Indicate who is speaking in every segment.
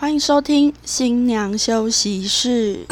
Speaker 1: 欢迎收听新娘休息室。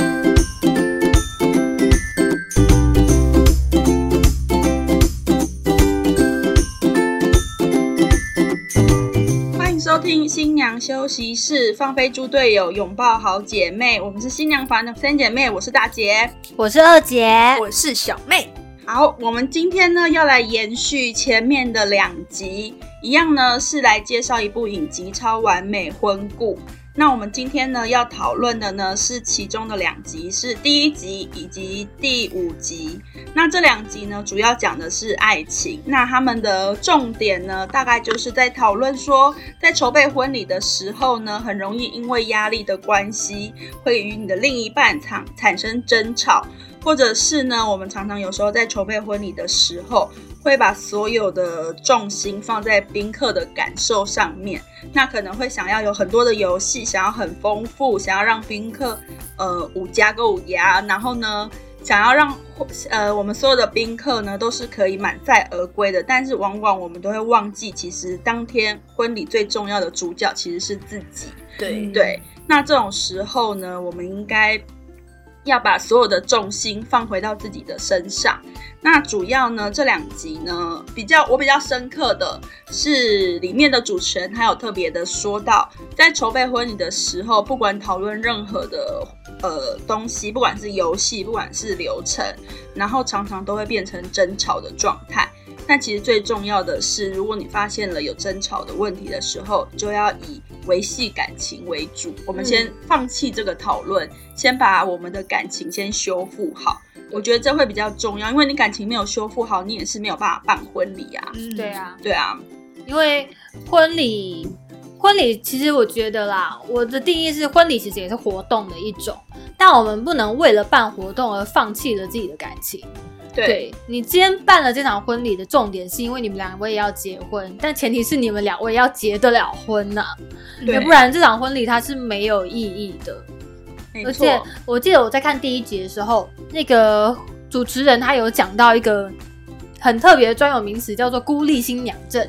Speaker 1: 欢迎收听新娘休息室，放飞猪队友，拥抱好姐妹。我们是新娘房的三姐妹，我是大姐，
Speaker 2: 我是二姐，
Speaker 3: 我是小妹。
Speaker 1: 好，我们今天呢要来延续前面的两集，一样呢是来介绍一部影集《超完美婚故》。那我们今天呢要讨论的呢是其中的两集，是第一集以及第五集。那这两集呢主要讲的是爱情，那他们的重点呢大概就是在讨论说，在筹备婚礼的时候呢，很容易因为压力的关系，会与你的另一半产产生争吵。或者是呢，我们常常有时候在筹备婚礼的时候，会把所有的重心放在宾客的感受上面，那可能会想要有很多的游戏，想要很丰富，想要让宾客呃五加个五牙，然后呢，想要让呃我们所有的宾客呢都是可以满载而归的，但是往往我们都会忘记，其实当天婚礼最重要的主角其实是自己。
Speaker 2: 嗯
Speaker 3: 对
Speaker 1: 对，那这种时候呢，我们应该要把所有的重心放回到自己的身上。那主要呢，这两集呢，比较我比较深刻的是里面的主持人，他有特别的说到，在筹备婚礼的时候，不管讨论任何的呃东西，不管是游戏，不管是流程，然后常常都会变成争吵的状态。但其实最重要的是，如果你发现了有争吵的问题的时候，就要以维系感情为主。我
Speaker 2: 嗯
Speaker 1: 们先放弃这个讨论，先把我们的感情先修复好。我觉得这会比较重要，因为你感情没有修复好，你也是没有办法办婚礼啊。
Speaker 3: 嗯
Speaker 2: 对，啊，
Speaker 1: 对啊，
Speaker 2: 因为婚礼，婚礼其实我觉得啦，我的定义是婚礼其实也是活动的一种，但我们不能为了办活动而放弃了自己的感情。
Speaker 1: 对，
Speaker 2: 你今天办了这场婚礼的重点是因为你们两位要结婚，但前提是你们两位要结得了婚呐、
Speaker 1: 对
Speaker 2: 要不然这场婚礼它是没有意义的。
Speaker 1: 没
Speaker 2: 而且
Speaker 1: 错，
Speaker 2: 我记得我在看第一集的时候，那个主持人他有讲到一个很特别的专有名词，叫做孤立新娘症。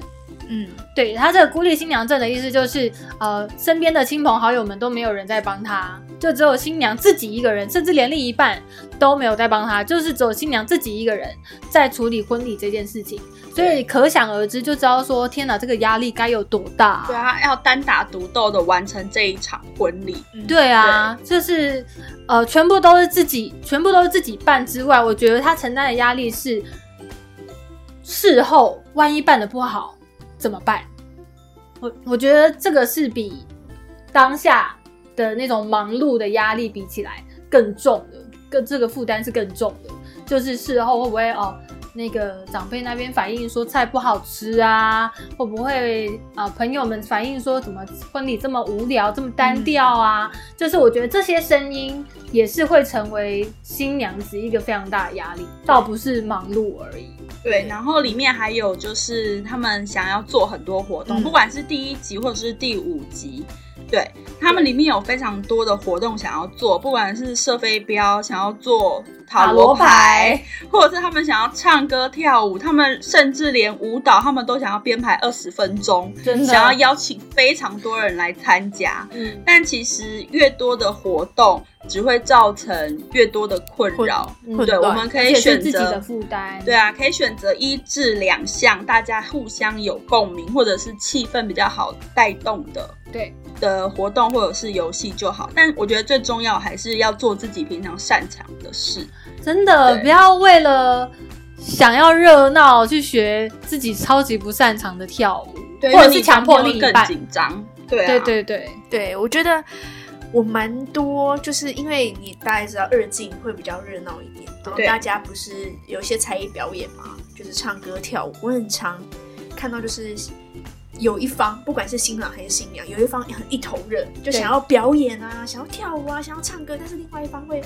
Speaker 3: 嗯，
Speaker 2: 对他这个孤立新娘症的意思就是，呃，身边的亲朋好友们都没有人在帮他，就只有新娘自己一个人，甚至连另一半都没有在帮他，就是只有新娘自己一个人在处理婚礼这件事情。所以可想而知，就知道说，天哪，这个压力该有多大、啊
Speaker 1: 对啊，要单打独斗的完成这一场婚礼。
Speaker 2: 对啊，就是呃，全部都是自己，全部都是自己办之外，我觉得他承担的压力是事后万一办的不好怎么办？我我觉得这个是比当下的那种忙碌的压力比起来更重的，更这个负担是更重的。就是事后会不会哦，那个长辈那边反映说菜不好吃啊，会不会啊、呃朋友们反映说怎么婚礼这么无聊，这么
Speaker 1: 嗯
Speaker 2: 单调啊？就是我觉得这些声音也是会成为新娘子一个非常大的压力，倒不是忙碌而已。
Speaker 1: 对，然后里面还有就是他们想要做很多活动，
Speaker 3: 嗯
Speaker 1: 不管是第一集或者是第五集，对他们里面有非常多的活动想要做，不管是射飞镖，想要做塔罗牌，或者是他们想要唱歌跳舞，他们甚至连舞蹈他们都想要编排二十分钟，
Speaker 2: 真的
Speaker 1: 嗯想要邀请非常多人来参加。
Speaker 2: 嗯，
Speaker 1: 但其实越多的活动，只会造成越多的困扰。
Speaker 2: 嗯
Speaker 3: 混
Speaker 1: 对，我
Speaker 3: 乱
Speaker 1: 们可
Speaker 2: 而
Speaker 1: 以
Speaker 2: 且是
Speaker 1: 选择
Speaker 2: 自己的负担。
Speaker 1: 对啊，可以选择一至两项，大家互相有共鸣，或者是气氛比较好带动的
Speaker 2: 对
Speaker 1: 的活动或者是游戏就好。但我觉得最重要还是要做自己平常擅长的事。
Speaker 2: 真的
Speaker 1: 对
Speaker 2: 不要为了想要热闹去学自己超级不擅长的跳舞，或者是强迫另
Speaker 1: 力
Speaker 2: 一
Speaker 1: 更
Speaker 2: 半。
Speaker 1: 紧张。对啊，
Speaker 2: 对对对，嗯
Speaker 3: 对，我觉得我蛮多，就是因为你大概知道二进会比较热闹一点，然后
Speaker 1: 对
Speaker 3: 大家不是有一些才艺表演嘛，就是唱歌跳舞，我很常看到就是。有一方，不管是新郎还是新娘，有一方很一头热，就想要表演啊，想要跳舞啊，想要唱歌，但是另外一方会，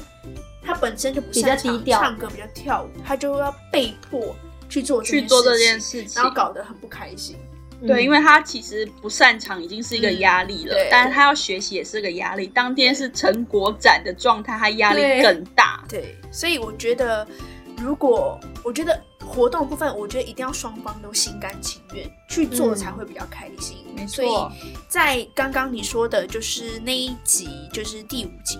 Speaker 3: 他本身就不
Speaker 2: 比较
Speaker 3: 擅长
Speaker 2: 低调
Speaker 3: 唱歌，比较跳舞，他就要被迫去做
Speaker 1: 去做这件
Speaker 3: 事
Speaker 1: 事
Speaker 3: 情，
Speaker 1: 情
Speaker 3: 然后。搞得很不开心。
Speaker 1: 对，因
Speaker 2: 为
Speaker 1: 为他其实不擅长已经是一个压力了，
Speaker 3: 嗯对
Speaker 1: 但是他要学习也是个压力。当天是成果展的状态，他压力
Speaker 2: 对
Speaker 1: 更大。
Speaker 3: 对，所以我觉得，如果我觉得活动部分，我觉得一定要双方都心甘情愿去做，才会比较开心。
Speaker 1: 嗯没
Speaker 3: 所以
Speaker 1: 错，
Speaker 3: 在刚刚你说的，就是那一集，就是第五集。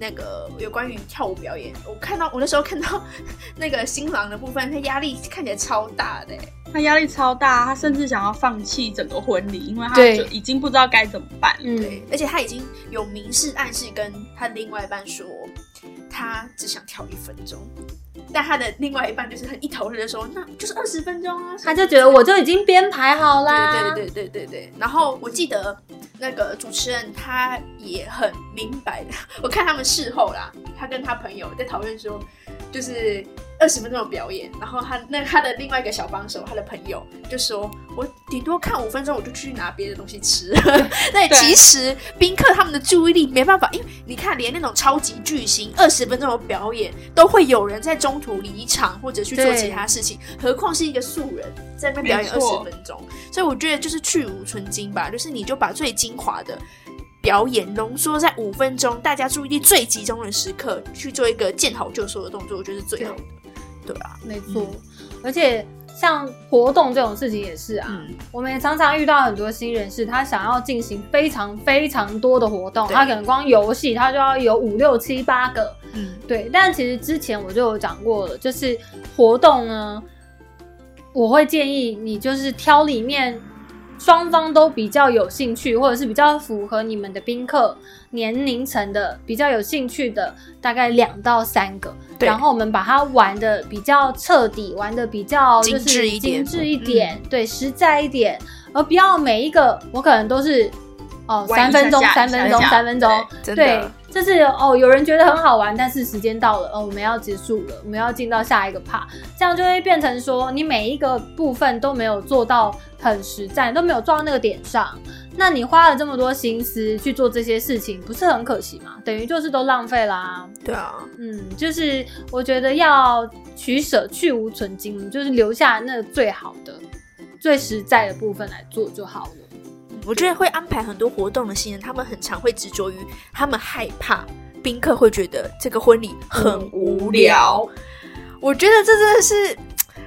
Speaker 3: 那个有关于跳舞表演，我看到我那时候看到 那个新郎的部分，他压力看起来超大的欸、
Speaker 1: 他压力超大，他甚至想要放弃整个婚礼，因为他
Speaker 2: 对
Speaker 1: 就已经不知道该怎么办了。
Speaker 2: 嗯，
Speaker 3: 对，而且他已经有明示暗示跟他另外一半说，他只想跳一分钟，但他的另外一半就是很一头热的说，那就是二十分钟啊，
Speaker 2: 他就觉得我就已经编排好啦，
Speaker 3: 对对对对对对。然后我记得那个主持人他也很明白的，我看他们事后啦，他跟他朋友在讨论说，就是二十分钟的表演，然后他那他的另外一个小帮手，他的朋友就说，我顶多看五分钟，我就去拿别的东西吃。 那
Speaker 1: 对
Speaker 3: 其实宾客他们的注意力没办法，因为你看，连那种超级巨星二十分钟的表演，都会有人在中途离场或者去做
Speaker 2: 对
Speaker 3: 其他事情，何况是一个素人在那边表演
Speaker 1: 没
Speaker 3: 二
Speaker 1: 错
Speaker 3: 十分钟。所以我觉得就是去无存精吧，就是你就把最精华的表演浓缩在五分钟，大家注意力最集中的时刻去做一个见好就收的动作，我觉得是最好的。对啊，
Speaker 2: 没错。而且像活动这种事情也是啊，
Speaker 3: 嗯，
Speaker 2: 我们也常常遇到很多新人士，他想要进行非常非常多的活动，
Speaker 3: 对
Speaker 2: 他可能光游戏他就要有五六七八个，
Speaker 3: 嗯，
Speaker 2: 对。但其实之前我就有讲过了，就是活动呢，我会建议你就是挑里面双方都比较有兴趣，或者是比较符合你们的宾客年龄层的比较有兴趣的，大概两到三个，
Speaker 3: 对
Speaker 2: 然后我们把它玩的比较彻底，玩的比较就是
Speaker 3: 精致一点
Speaker 2: 精
Speaker 1: 嗯
Speaker 2: 致一点，对，实在一点，而不要每一个我可能都是哦
Speaker 1: 玩
Speaker 2: 三
Speaker 1: 一
Speaker 2: 分钟、
Speaker 1: 下下
Speaker 2: 三分钟、
Speaker 1: 一下下
Speaker 2: 三分钟，
Speaker 3: 真
Speaker 2: 对
Speaker 3: 的，，
Speaker 2: 就是哦，有人觉得很好玩，但是时间到了，哦，我们要结束了，我们要进到下一个 part，这样就会变成说你每一个部分都没有做到很实在，都没有做到那个点上，那你花了这么多心思去做这些事情，不是很可惜吗？等于就是都浪费啦、
Speaker 3: 对啊，
Speaker 2: 嗯，就是我觉得要取舍，去无存精，就是留下那个最好的、最实在的部分来做就好了。
Speaker 3: 我觉得会安排很多活动的新人，他们很常会执着于他们害怕宾客会觉得这个婚礼很无聊。我觉得这真的是，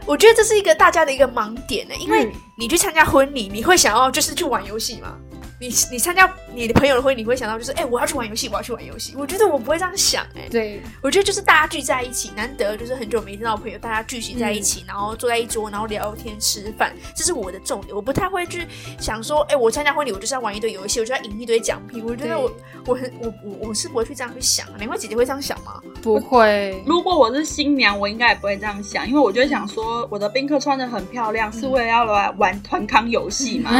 Speaker 3: 我觉得这是一个大家的一个盲点呢、欸因为
Speaker 2: 嗯
Speaker 3: 你去参加婚礼，你会想要就是去玩游戏嘛？你你参加你的朋友的婚礼，你会想到就是哎、我要去玩游戏，我要去玩游戏。我觉得我不会这样想哎、
Speaker 2: 对，
Speaker 3: 我觉得就是大家聚在一起，难得就是很久没见到的朋友，大家聚集在一起，然后坐在一桌，然后聊天吃饭，这是我的重点。我不太会去想说，哎、我参加婚礼，我就是要玩一堆游戏，我就要赢一堆奖品。我觉
Speaker 2: 对
Speaker 3: 得我我很我我我是不会去这样去想的。莲花姐姐会这样想吗？
Speaker 2: 不会
Speaker 1: 如果我是新娘，我应该也不会这样想，因为我就会想说，我的宾客穿的很漂亮，
Speaker 2: 嗯
Speaker 1: 是为了要来玩团康游戏 嘛？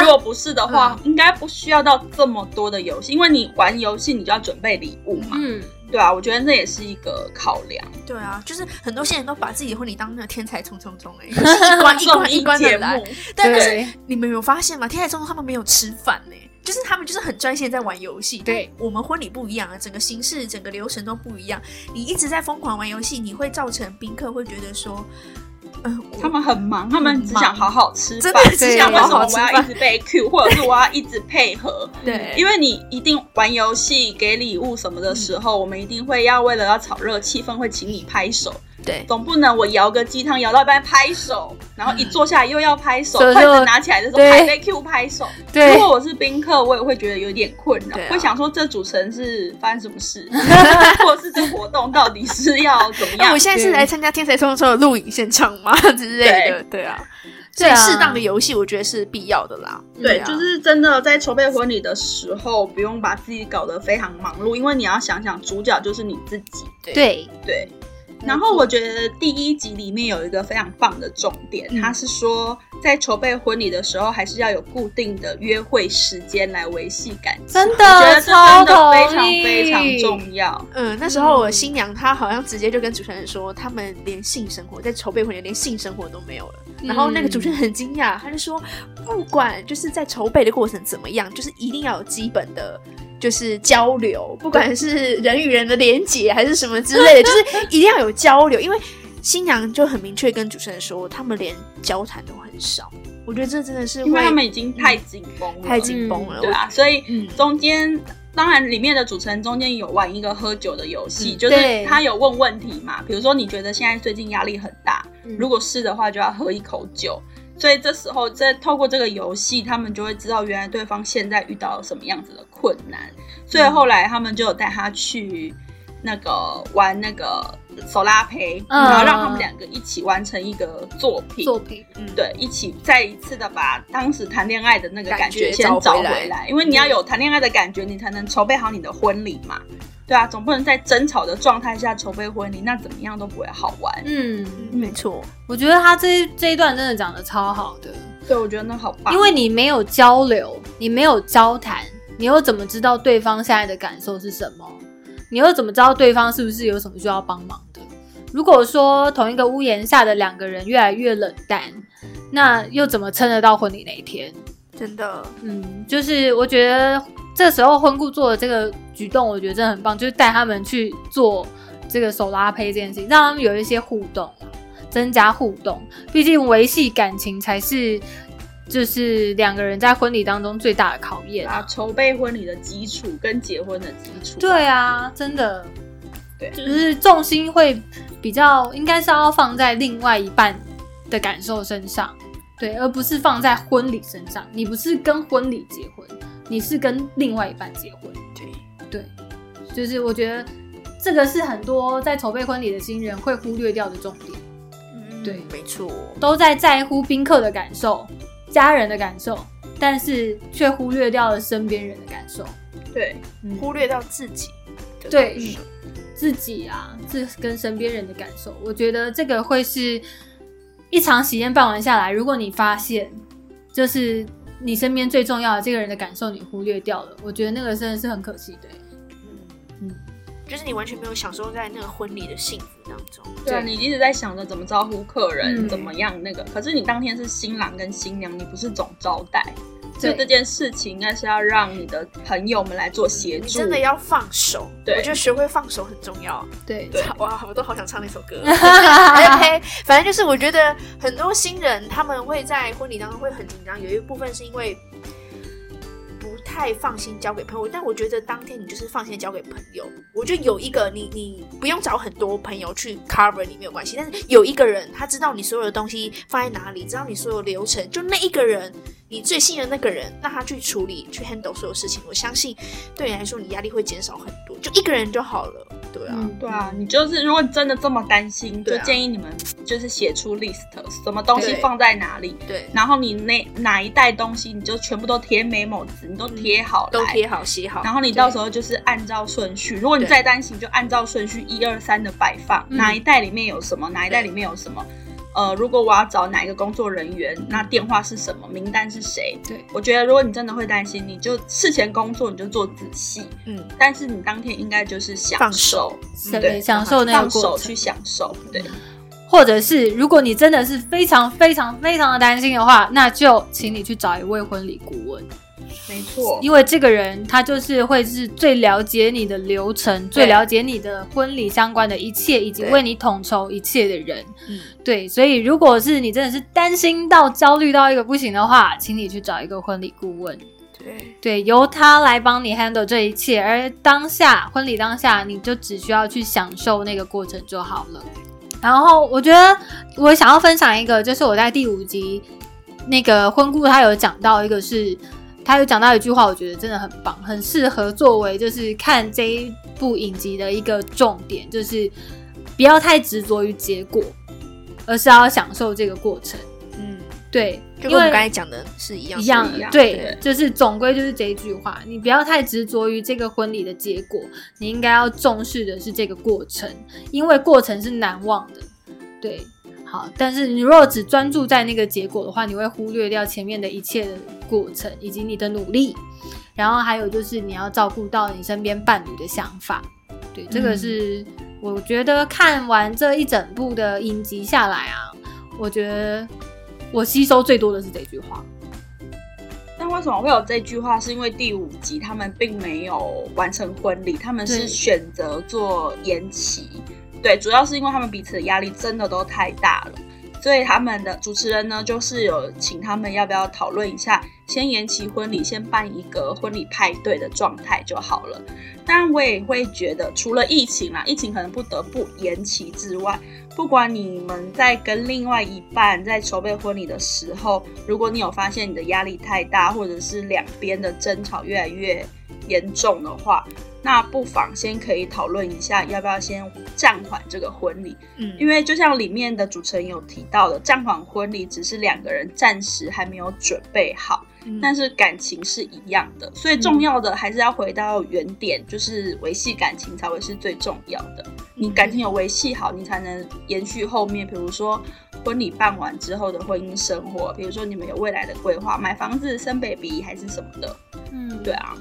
Speaker 1: 如果不是的话，
Speaker 2: 嗯
Speaker 1: 应该不需要到这么多的游戏，因为你玩游戏，你就要准备礼物嘛，
Speaker 2: 嗯，
Speaker 1: 对啊，我觉得这也是一个考量。
Speaker 3: 对啊，就是很多新人都把自己的婚礼当那个天才冲冲冲 哎、就是一关一关一关
Speaker 1: 综艺节
Speaker 3: 的来
Speaker 1: 目。，
Speaker 3: 但但是
Speaker 2: 对
Speaker 3: 你们有发现吗？天才冲冲他们没有吃饭呢、就是他们就是很专心地在玩游戏。
Speaker 2: 对，
Speaker 3: 我们婚礼不一样啊，整个形式、整个流程都不一样。你一直在疯狂玩游戏，你会造成宾客会觉得说，嗯、我
Speaker 1: 他们很忙，他们只想好好吃
Speaker 3: 真
Speaker 1: 饭
Speaker 3: 的。
Speaker 1: 只
Speaker 3: 只
Speaker 1: 想
Speaker 3: 想
Speaker 1: 为
Speaker 3: 好
Speaker 1: 什么
Speaker 3: 好吃
Speaker 1: 我要一
Speaker 3: 饭。
Speaker 1: 直被 Q，或者是我要一直配合？
Speaker 3: 对
Speaker 1: 因为你一定玩游戏、给礼物什么的时候，我们一定会要为了要炒热气氛，会请你拍手。
Speaker 3: 对
Speaker 1: 总不能我摇个鸡汤摇到一半拍手，然后一坐下来又要拍手，
Speaker 2: 所
Speaker 3: 嗯
Speaker 2: 以
Speaker 1: 筷
Speaker 2: 说
Speaker 1: 子拿起来的时候
Speaker 2: 对
Speaker 1: 还被 Q 拍手。
Speaker 2: 对
Speaker 1: 如果我是宾客，我也会觉得有点困扰
Speaker 3: 对，啊
Speaker 1: 会想说这主持人是发生什么事， 或者是这活动到底是要怎么
Speaker 3: 那
Speaker 1: 样
Speaker 3: 我？现在是来参加《天才冲冲》的录影现场吗之类的？对啊，所
Speaker 2: 对
Speaker 3: 以
Speaker 2: 啊
Speaker 3: 适当的游戏我觉得是必要的啦。
Speaker 1: 对，
Speaker 3: 啊
Speaker 1: 就是真的在筹备婚礼的时候，不用把自己搞得非常忙碌，因为你要想想主角就是你自己。
Speaker 2: 对，
Speaker 1: 对，然后我觉得第一集里面有一个非常棒的重点，
Speaker 3: 嗯
Speaker 1: 他是说在筹备婚礼的时候，还是要有固定的约会时间来维系感情。
Speaker 2: 真
Speaker 1: 我觉得
Speaker 2: 的
Speaker 1: 这真
Speaker 2: 超
Speaker 1: 的
Speaker 2: 同
Speaker 1: 非常非常
Speaker 2: 意
Speaker 1: 重要。
Speaker 3: 嗯，那时候我新娘她好像直接就跟主持人说，他们连性生活在筹备婚礼连性生活都没有了。然后
Speaker 2: 嗯
Speaker 3: 那个主持人
Speaker 1: 嗯
Speaker 3: 很惊讶，他就说，不管就是在筹备的过程怎么样，就是一定要有基本的。就是交流，不管是人与人的连结还是什么之类的，就是一定要有交流。因为新娘就很明确跟主持人说，他们连交谈都很少。我觉得这真的是
Speaker 1: 因为他
Speaker 3: 会
Speaker 1: 们已经太紧绷了，嗯
Speaker 3: 太紧绷了。
Speaker 1: 对啊
Speaker 3: 我
Speaker 1: 啊，所以
Speaker 3: 嗯
Speaker 1: 中间当然，里面的主持人中间有玩一个喝酒的游戏，
Speaker 2: 嗯
Speaker 1: 就是
Speaker 2: 对
Speaker 1: 他有问问题嘛，比如说你觉得现在最近压力很大，
Speaker 2: 嗯
Speaker 1: 如果是的话，就要喝一口酒。所以这时候，在透过这个游戏，他们就会知道原来对方现在遇到了什么样子的困难。所以后来他们就有带他去那个玩那个手拉胚，
Speaker 2: 嗯
Speaker 1: 然后让他们两个一起完成一个作品。
Speaker 2: 作品，嗯，
Speaker 1: 对，一起再一次的把当时谈恋爱的那个感
Speaker 3: 感觉
Speaker 1: 先
Speaker 3: 找
Speaker 1: 找
Speaker 3: 回
Speaker 1: 回
Speaker 3: 来
Speaker 1: 来，因为你要有谈恋爱的感觉，你才能筹备好你的婚礼嘛。对啊，总不能在争吵的状态下筹备婚礼，那怎么样都不会好玩。
Speaker 2: 嗯，
Speaker 3: 没错，
Speaker 2: 我觉得他这这一段真的讲的超好的，
Speaker 1: 对，我觉得那好棒，
Speaker 2: 因为你没有交流，你没有交谈，你又怎么知道对方现在的感受是什么？你又怎么知道对方是不是有什么需要帮忙的？如果说同一个屋檐下的两个人越来越冷淡，那又怎么撑得到婚礼那一天？
Speaker 3: 真的，
Speaker 2: 嗯，就是我觉得这时候婚顾做的这个举动，我觉得真的很棒，就是带他们去做这个手拉胚这件事情，让他们有一些互动啊，增加互动。毕竟维系感情才是就是两个人在婚礼当中最大的考验
Speaker 1: 啊
Speaker 2: 啊。，
Speaker 1: 筹备婚礼的基础跟结婚的基础。
Speaker 2: 对啊，真的，
Speaker 1: 对
Speaker 2: 就是重心会比较应该是要放在另外一半的感受身上，对，而不是放在婚礼身上。你不是跟婚礼结婚，你是跟另外一半结婚，
Speaker 3: 对，
Speaker 2: 对，就是我觉得这个是很多在筹备婚礼的新人会忽略掉的重点，
Speaker 3: 嗯
Speaker 2: 对
Speaker 3: 没错，
Speaker 2: 都在在乎宾客的感受、家人的感受，但是却忽略掉了身边人的感受。
Speaker 1: 对，
Speaker 2: 嗯，
Speaker 3: 忽略到自己的
Speaker 2: 对
Speaker 3: 感受
Speaker 2: 自己啊，自跟身边人的感受，我觉得这个会是一场喜宴办完下来，如果你发现就是你身边最重要的这个人的感受你忽略掉了，我觉得那个真的是很可惜的。嗯
Speaker 3: 嗯，就是你完全没有享受在那个婚礼的幸福当中，
Speaker 1: 对啊，
Speaker 2: 对
Speaker 1: 你一直在想着怎么招呼客人，
Speaker 2: 嗯
Speaker 1: 怎么样那个，可是你当天是新郎跟新娘，你不是总招待。所以
Speaker 2: 对
Speaker 1: 这件事情应该是要让你的朋友们来做协
Speaker 3: 你
Speaker 1: 助，
Speaker 3: 真的要放手。
Speaker 1: 对
Speaker 3: 我觉得学会放手很重要。
Speaker 2: 对，
Speaker 1: 对
Speaker 3: 哇，我都好想唱那首歌。OK，反正就是我觉得很多新人他们会在婚礼当中会很紧张，有一部分是因为不太放心交给朋友，但我觉得当天你就是放心交给朋友，我觉得有一个你你不用找很多朋友去 cover 你没有关系，但是有一个人他知道你所有的东西放在哪里，知道你所有流程，就那一个人。你最信任那个人，让他去处理、去 handle 所有事情，我相信对你来说，你压力会减少很多，就一个人就好了，对啊。
Speaker 2: 嗯，
Speaker 1: 对啊，你就是如果真的这么担心，
Speaker 3: 对
Speaker 1: 就
Speaker 3: 啊
Speaker 1: 建议你们就是写出 list，什么东西
Speaker 3: 对
Speaker 1: 放在哪里，
Speaker 3: 对，
Speaker 1: 然后你那哪一袋东西，你就全部都贴 memo 纸，你都贴好
Speaker 3: 都
Speaker 1: 来。
Speaker 3: 贴好写好。
Speaker 1: 然后你到时候就是按照顺序，如果你
Speaker 3: 对
Speaker 1: 再担心，就按照顺序一二三的摆放，
Speaker 2: 嗯
Speaker 1: 哪一袋里面有什么，哪一袋里面有什么。呃，如果我要找哪一个工作人员，那电话是什么，名单是谁？
Speaker 2: 对，
Speaker 1: 我觉得如果你真的会担心，你就事前工作你就做仔细，
Speaker 3: 嗯，
Speaker 1: 但是你当天应该就是享
Speaker 3: 放
Speaker 1: 受
Speaker 3: 手，
Speaker 1: 嗯
Speaker 2: 享
Speaker 1: 对
Speaker 2: 享受那个
Speaker 1: 放
Speaker 2: 过
Speaker 1: 手
Speaker 2: 程嗯
Speaker 1: 去。享受，对，
Speaker 2: 或者是如果你真的是非常非常非常的担心的话，那就请你去找一位婚礼顾问，
Speaker 1: 没错，
Speaker 2: 因为这个人他就是会是最了解你的流程、最了解你的婚礼相关的一切，以及
Speaker 3: 对
Speaker 2: 为你统筹一切的人。
Speaker 3: 嗯，
Speaker 2: 对，所以如果是你真的是担心到焦虑到一个不行的话，请你去找一个婚礼顾问。
Speaker 3: 对，
Speaker 2: 对，由他来帮你 handle 这一切，而当下婚礼当下，你就只需要去享受那个过程就好了。然后我觉得我想要分享一个，就是我在第五集那个婚顾他有讲到一个是，他有讲到一句话，我觉得真的很棒，很适合作为就是看这一部影集的一个重点，就是不要太执着于结果，而是要享受这个过程。
Speaker 3: 嗯，
Speaker 2: 对，
Speaker 3: 就跟
Speaker 2: 因
Speaker 3: 我
Speaker 2: 为
Speaker 3: 们刚才讲的是一样，
Speaker 2: 一
Speaker 1: 样
Speaker 2: 样
Speaker 1: 的
Speaker 2: 的，
Speaker 1: 对
Speaker 2: 对，就是总归就是这一句话，你不要太执着于这个婚礼的结果，你应该要重视的是这个过程，因为过程是难忘的，对。好，但是你如果只专注在那个结果的话，你会忽略掉前面的一切的过程以及你的努力，然后还有就是你要照顾到你身边伴侣的想法，对，这个
Speaker 3: 嗯
Speaker 2: 是我觉得看完这一整部的影集下来啊，我觉得我吸收最多的是这句话，
Speaker 1: 但为什么会有这句话？是因为第五集他们并没有完成婚礼，他们
Speaker 2: 对
Speaker 1: 是选择做延期。对，主要是因为他们彼此的压力真的都太大了，所以他们的主持人呢，就是有请他们要不要讨论一下先延期婚礼，先办一个婚礼派对的状态就好了。但我也会觉得，除了疫情啦，疫情可能不得不延期之外，不管你们在跟另外一半在筹备婚礼的时候，如果你有发现你的压力太大，或者是两边的争吵越来越严重的话，那不妨先可以讨论一下，要不要先暂缓这个婚礼。
Speaker 3: 嗯，
Speaker 1: 因为就像里面的主持人有提到的，暂缓婚礼只是两个人暂时还没有准备好，
Speaker 3: 嗯
Speaker 1: 但是感情是一样的，所以重要的还是要回到原点，就是维系感情才会是最重要的。
Speaker 3: 嗯
Speaker 1: 你感情有维系好，你才能延续后面，比如说婚礼办完之后的婚姻生活，比如说你们有未来的规划，买房子、生 baby 还是什么的，
Speaker 2: 嗯，
Speaker 1: 对啊，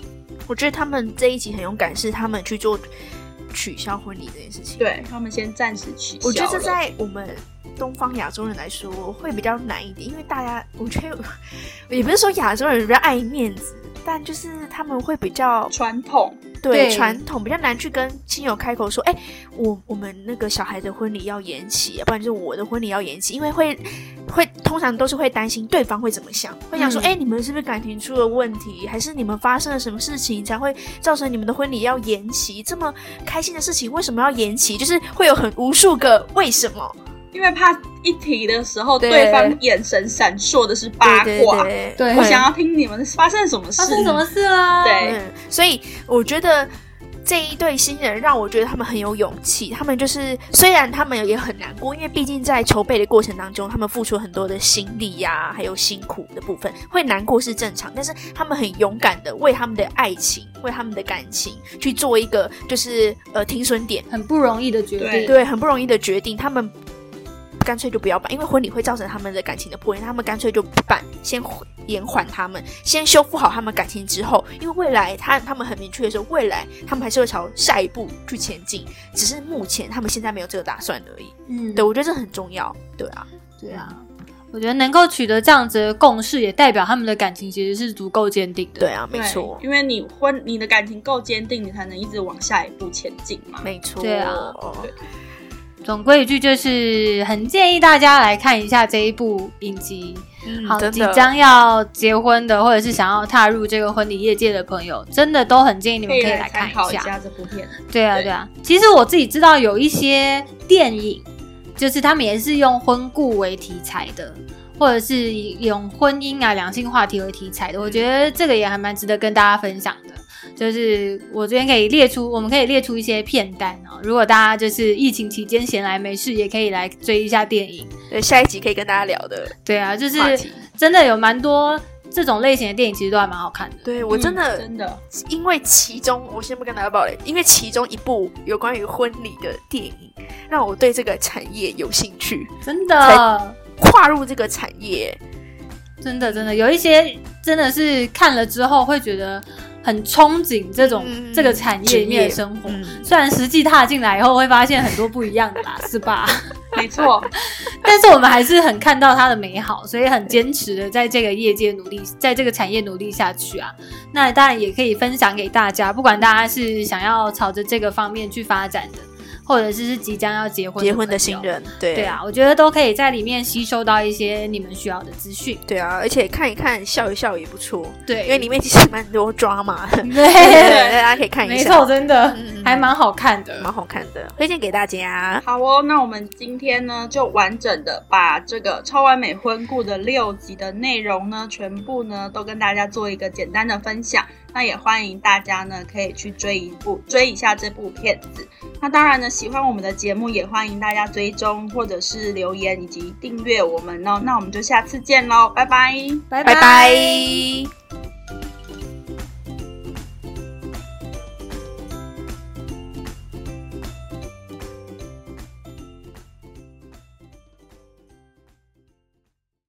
Speaker 3: 我觉得他们这一集很勇敢，是他们去做取消婚礼这件事情。，
Speaker 1: 对他们先暂时取消
Speaker 3: 我觉得这
Speaker 1: 了
Speaker 3: 在我们东方亚洲人来说会比较难一点，因为大家，我觉得 也不是说亚洲人比较爱面子，但就是他们会比较
Speaker 1: 传统，
Speaker 2: 对
Speaker 3: 对传统比较难去跟亲友开口说，哎、我我们那个小孩的婚礼要延期，不然就是我的婚礼要延期，因为会会通常都是会担心对方会怎么想，会想说，
Speaker 2: 嗯
Speaker 3: 哎、你们是不是感情出了问题，还是你们发生了什么事情才会造成你们的婚礼要延期？这么开心的事情为什么要延期？就是会有很无数个为什么，
Speaker 1: 因为怕一提的时候，
Speaker 3: 对
Speaker 1: 对方眼神闪烁的是八卦，
Speaker 3: 对对
Speaker 2: 对
Speaker 1: 我想要听你们发生什么事。
Speaker 2: 发生什么事啦？
Speaker 1: 对
Speaker 3: 嗯，所以我觉得这一对新人让我觉得他们很有勇气。他们就是虽然他们也很难过，因为毕竟在筹备的过程当中，他们付出了很多的心力呀、还有辛苦的部分，会难过是正常。但是他们很勇敢的为他们的爱情、为他们的感情去做一个就是呃停损点，
Speaker 2: 很不容易的决定。
Speaker 1: 对
Speaker 3: 对，很不容易的决定，他们。干脆就不要办，因为婚礼会造成他们的感情的破裂，他们干脆就不办，先延缓他们，先修复好他们感情之后，因为未来他他们很明确的说，未来他们还是会朝下一步去前进，只是目前他们现在没有这个打算而已。
Speaker 2: 嗯，
Speaker 3: 对，我觉得这很重要。对啊，
Speaker 2: 对啊，我觉得能够取得这样子的共识，也代表他们的感情其实是足够坚定的。
Speaker 3: 对啊，
Speaker 1: 对
Speaker 3: 没错，
Speaker 1: 因为你婚你的感情够坚定，你才能一直往下一步前进嘛。
Speaker 3: 没错，
Speaker 2: 对啊总归一句就是很建议大家来看一下这一部影集。
Speaker 3: 嗯
Speaker 2: 好，
Speaker 3: 真
Speaker 2: 即
Speaker 3: 的
Speaker 2: 将要结婚的，或者是想要踏入这个婚礼业界的朋友，真的都很建议你们可以
Speaker 1: 来
Speaker 2: 来看
Speaker 1: 参考
Speaker 2: 下。
Speaker 1: 下这部片。
Speaker 2: 对啊，
Speaker 1: 对
Speaker 2: 对啊。其实我自己知道有一些电影，就是他们也是用婚故为题材的，或者是以用婚姻啊、两性话题为题材的。我觉得这个也还蛮值得跟大家分享的。就是我这边可以列出，我们可以列出一些片单哦。如果大家就是疫情期间闲来没事，也可以来追一下电影。
Speaker 3: 对下一集可以跟大家聊的
Speaker 2: 对啊，就是
Speaker 3: 话题。
Speaker 2: 真的有蛮多这种类型的电影，其实都还蛮好看的。
Speaker 3: 对我真
Speaker 1: 嗯
Speaker 3: 的、
Speaker 1: 真的，
Speaker 3: 因为其中，我先不跟大家爆雷，因为其中一部有关于婚礼的电影，让我对这个产业有兴趣，
Speaker 2: 真的，
Speaker 3: 跨入这个产业。
Speaker 2: 真的，真的有一些真的是看了之后会觉得很憧憬这种、
Speaker 3: 嗯
Speaker 2: 这个产业里面的生活。
Speaker 3: 嗯，
Speaker 2: 虽然实际踏进来以后会发现很多不一样的啦，是 吧？
Speaker 1: 没错，
Speaker 2: 但是我们还是很看到它的美好，所以很坚持的在这个业界努力，在这个产业努力下去啊。那当然也可以分享给大家，不管大家是想要朝着这个方面去发展的，或者是是即将要结婚
Speaker 3: 结婚
Speaker 2: 的
Speaker 3: 的
Speaker 2: 朋友
Speaker 3: 新人，对
Speaker 2: 对，啊，我觉得都可以在里面吸收到一些你们需要的资讯。
Speaker 3: 对啊，而且看一看笑一笑也不错，
Speaker 2: 对，
Speaker 3: 因为里面其实蛮多抓马 的，对
Speaker 2: 对，
Speaker 3: 大家可以看一
Speaker 2: 没错，
Speaker 3: 下，
Speaker 2: 真的
Speaker 3: 嗯
Speaker 2: 还蛮好看的。
Speaker 3: 蛮好看的，推荐给大家。
Speaker 1: 好哦。那我们今天呢，就完整的把这个《超完美婚故》的六集的内容呢，全部呢都跟大家做一个简单的分享。那也欢迎大家呢，可以去追一部追一下这部片子。那当然呢，喜欢我们的节目，也欢迎大家追踪或者是留言以及订阅我们哦。那我们就下次见喽，拜拜。
Speaker 2: 拜
Speaker 3: 拜拜